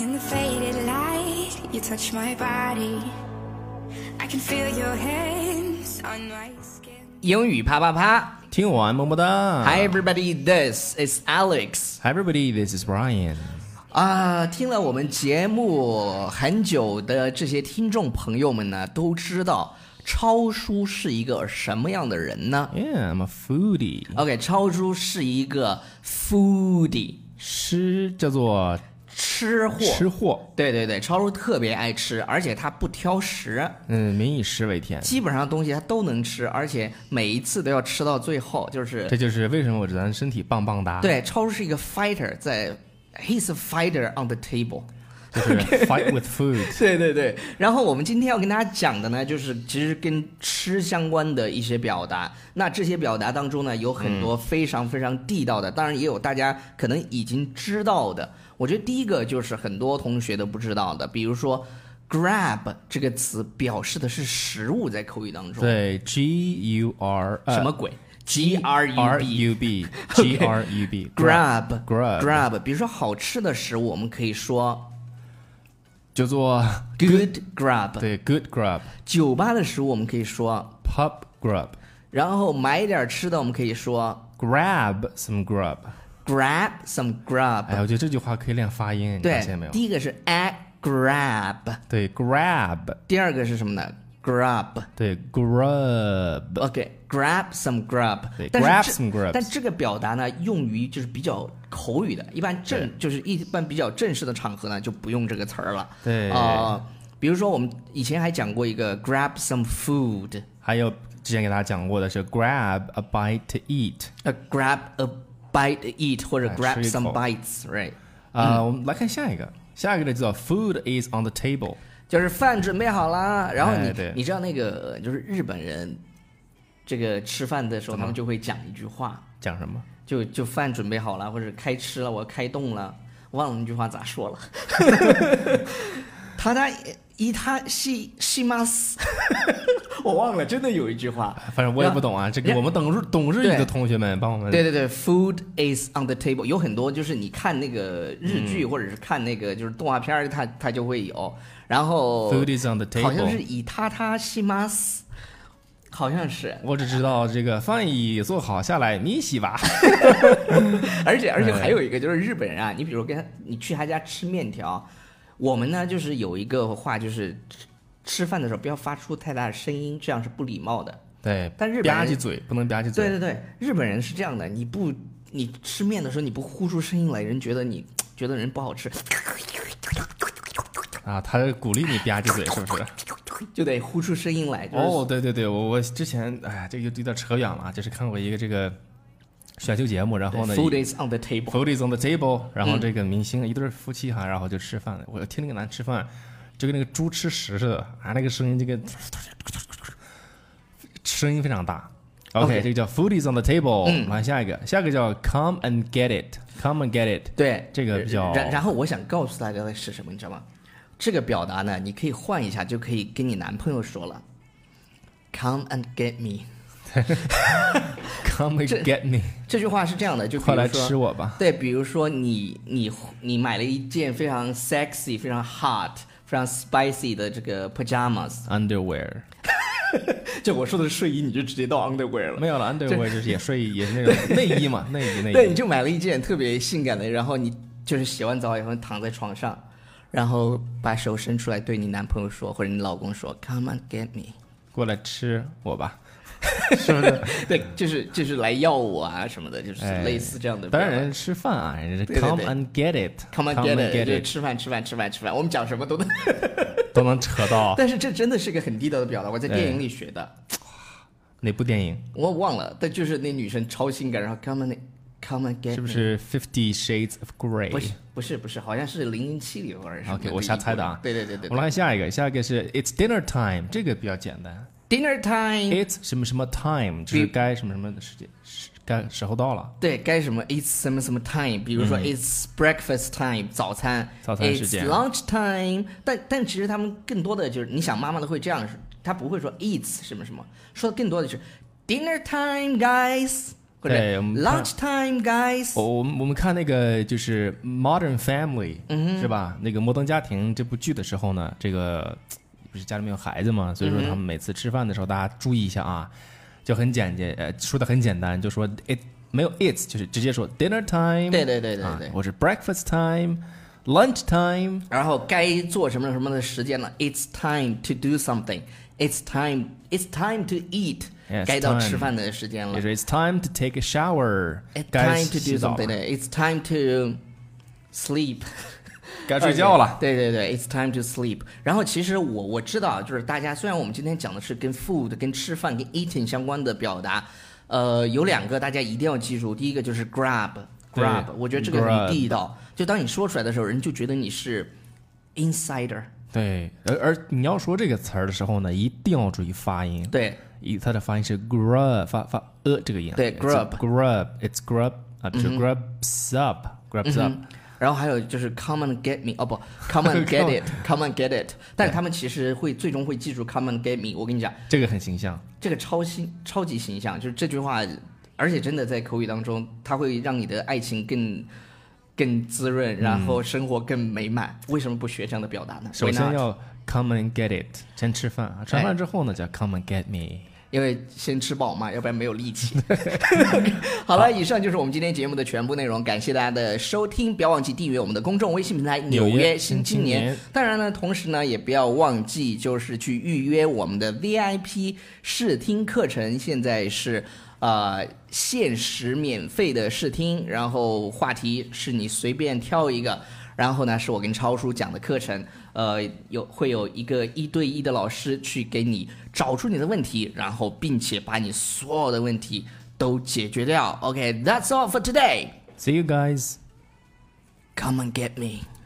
In the faded light, you touch my body. I can feel your hands on my skin. 英语啪啪啪听完么么哒。 ！Hi everybody, this is Alex。 Hi everybody, this is Brian。啊，听了我们节目很久的这些听众朋友们呢，都知道超叔是一个什么样的人呢 Yeah, I'm a foodie。 ？OK，超叔是一个 foodie，吃叫做吃货。吃货，对对对，超叔特别爱吃，而且他不挑食，嗯，民以食为天。基本上东西他都能吃，而且每一次都要吃到最后，就是这就是为什么我咱身体棒棒哒。，对，超叔是一个 fighter，在 he's a fighter on the table。就是 fight with food。对对对，然后我们今天要跟大家讲的呢，就是其实跟吃相关的一些表达。那这些表达当中呢，有嗯很多非常非常地道的，当然也有大家可能已经知道的。我觉得第一个就是很多同学都不知道的，比如说 “grab” 这个词表示的是食物，在口语当中，对，G U R 呃 E 什么鬼？G R U R B U B G R U B grab grab grab，比如说好吃的食物，我们可以说叫做 good grab。对 good grub 酒吧的食物我们可以说 pub grub 然后买点吃的，我们可以说 grab some grub。 grab some grub。哎，我觉得这句话可以练发音，你发现没对，有？第一个是 a grab，对 grab 第二个是什么呢？grub。对 grub OK，grab、some grub，对但是 grab 这 some grubs 但这个表达呢，用于就是比较口语的，一般正就是一般比较正式的场合呢，就不用这个词儿了。对啊、比如说我们以前还讲过一个 grab some food，还有之前给大家讲过的是 grab a bite to eat。呃、grab a bite to eat 或者哎 grab 吃一口 some bites，right？嗯啊，我们来看下一个，下一个就叫 food is on the table。就是饭准备好啦，然后你、哎对你知道那个就是日本人，这个吃饭的时候他们就会讲一句话，讲什么？就就饭准备好了，或者开吃了，我开动了，忘了那句话咋说了。 他他一他西西马斯， 我忘了，真的有一句话。反正我也不懂啊，这个人我们懂日懂日语对的同学们帮我们对对对，food is on the table，有很多就是你看那个日剧、嗯或者是看那个就是动画片儿，它它就会有。然后 food is on the 好像是 table。以他他西马斯，好像是，我只知道这个饭已做好下来，你洗吧。而且而且哎还有一个就是日本人啊，你比如跟他你去他家吃面条，我们呢就是有一个话就是吃吃饭的时候不要发出太大的声音，这样是不礼貌的。对，但日本人吧唧嘴不能吧唧对对嘴。对，日本人是这样的，你不你吃面的时候你不呼出声音来，人觉得你觉得人不好吃，啊，他鼓励你吧唧嘴是 不是？就得呼出声音来。就是、哦，对对对，我我之前哎，这个就有点扯远了，啊就是看过一个这个选秀节目，然后呢对，food is on the table。 ，food is on the table，然嗯后这个明星一对儿夫妻哈，然后就吃饭了，我听那个男吃饭，就跟那个猪吃食似的，啊，那个声音这个 声音非常大。 OK OK，这个叫 food is on the table，我嗯们看下一个，下一个叫 come and get it，come and get it，对，这个比较然然后我想告诉大家的是什么，你知道吗？这个表达呢，你可以换一下，就可以跟你男朋友说了，Come and get me。 come and 这 get me，这句话是这样的，就比快如来说吃我吧。对，比如说你你你买了一件非常 sexy、非常 hot、非常 spicy 的这个 pajamas， Underwear 就我说的睡衣，你就直接到 underwear 了。没有了，Underwear 就是也睡衣，也是那种内衣嘛，内衣内衣。对，你就买了一件特别性感的，然后你就是洗完澡以后躺在床上，然后把手伸出来对你男朋友说，或者你老公说，Come and get me。过来吃我吧。 对，就是就是来要我啊什么的，就是哎类似这样的表当达。然人家吃饭啊，人家对对是 come 对 and get it， ，come and get it，就是吃饭吃饭吃饭吃饭，我们讲什么都能。都能扯到 但是这真的是个很地道的表达，我在电影里学的，哪部电影？我忘了，但就是那女生超性感，然后 come and come and get，是不是 Fifty Shades of me？不是 Grey？不是不是，好像是零零七里或者是 OK，我瞎猜的啊对对对对我们看下一个，下一个是 It's dinner time，这个比较简单。对，dinner time， It's 什么什么 time，就是该什么什么的时间，时该时候到了。对该什么 it's 什么什么 time，比如说 it's breakfast time，早餐，嗯早餐时间 it's lunch time，但但其实他们更多的就是，你想妈妈都会这样，他不会说 it's 什么什么，说的更多的是 dinner time guys，或者对我们看 lunch time guys，我我们我们看那个就是《Modern Family》，是嗯吧？那个《摩登家庭》这部剧的时候呢，这个不是家里面有孩子嘛，嗯所以说他们每次吃饭的时候，大家注意一下啊，就很简洁，呃，说的很简单，就说 it 没有 it，就是直接说 dinner time，对对对对啊对我是 breakfast time，lunch time，然后该做什么什么的时间了，it's time to do something，it's time，it's time to eat， Yes, 该到 time 吃饭的时间了也是 it's time to take a shower，嗯，it's 该 time to 洗 do 澡了 something，对，it's time to sleep。该睡觉了。对对对，It's time to sleep。然后其实我我知道，就是大家虽然我们今天讲的是跟 food、跟吃饭、跟 eating 相关的表达，呃，有两个大家一定要记住，第一个就是 grab grab，对我觉得这个很 grab 地道，就当你说出来的时候，人就觉得你是 insider。对，而而你要说这个词儿的时候呢，一定要注意发音。对一它的发音是 grub 发发呃这个音啊，对 It's grub 嗯 grub it's grub 啊，就是 grubs up grubs up，然后还有就是 come and get me，哦不，come and get it，come and get it。但是他们其实会最终会记住 come and get me。我跟你讲，这个很形象，这个超新超级形象，就是这句话，而且真的在口语当中，它会让你的爱情更更滋润，嗯然后生活更美满。为什么不学这样的表达呢？首 Why 先 not？哎要 come and get it，先吃饭啊，吃完饭之后呢叫 come and get me。因为先吃饱嘛，要不然没有力 气。好了，以上就是我们今天节目的全部内容，感谢大家的收听，不要忘记订阅我们的公众微信平台《纽纽约约新新青青年》年当然呢，同时呢，也不要忘记就是去预约我们的 VIP 试听课程，现在是。呃，限时免费的试听，然后话题是你随便挑一个，然后呢是我跟超叔讲的课程，呃，有会有一个一对一的老师去给你找出你的问题，然后并且把你所有的问题都解决掉。OK，that's、all for today. See you guys。 Come and get me.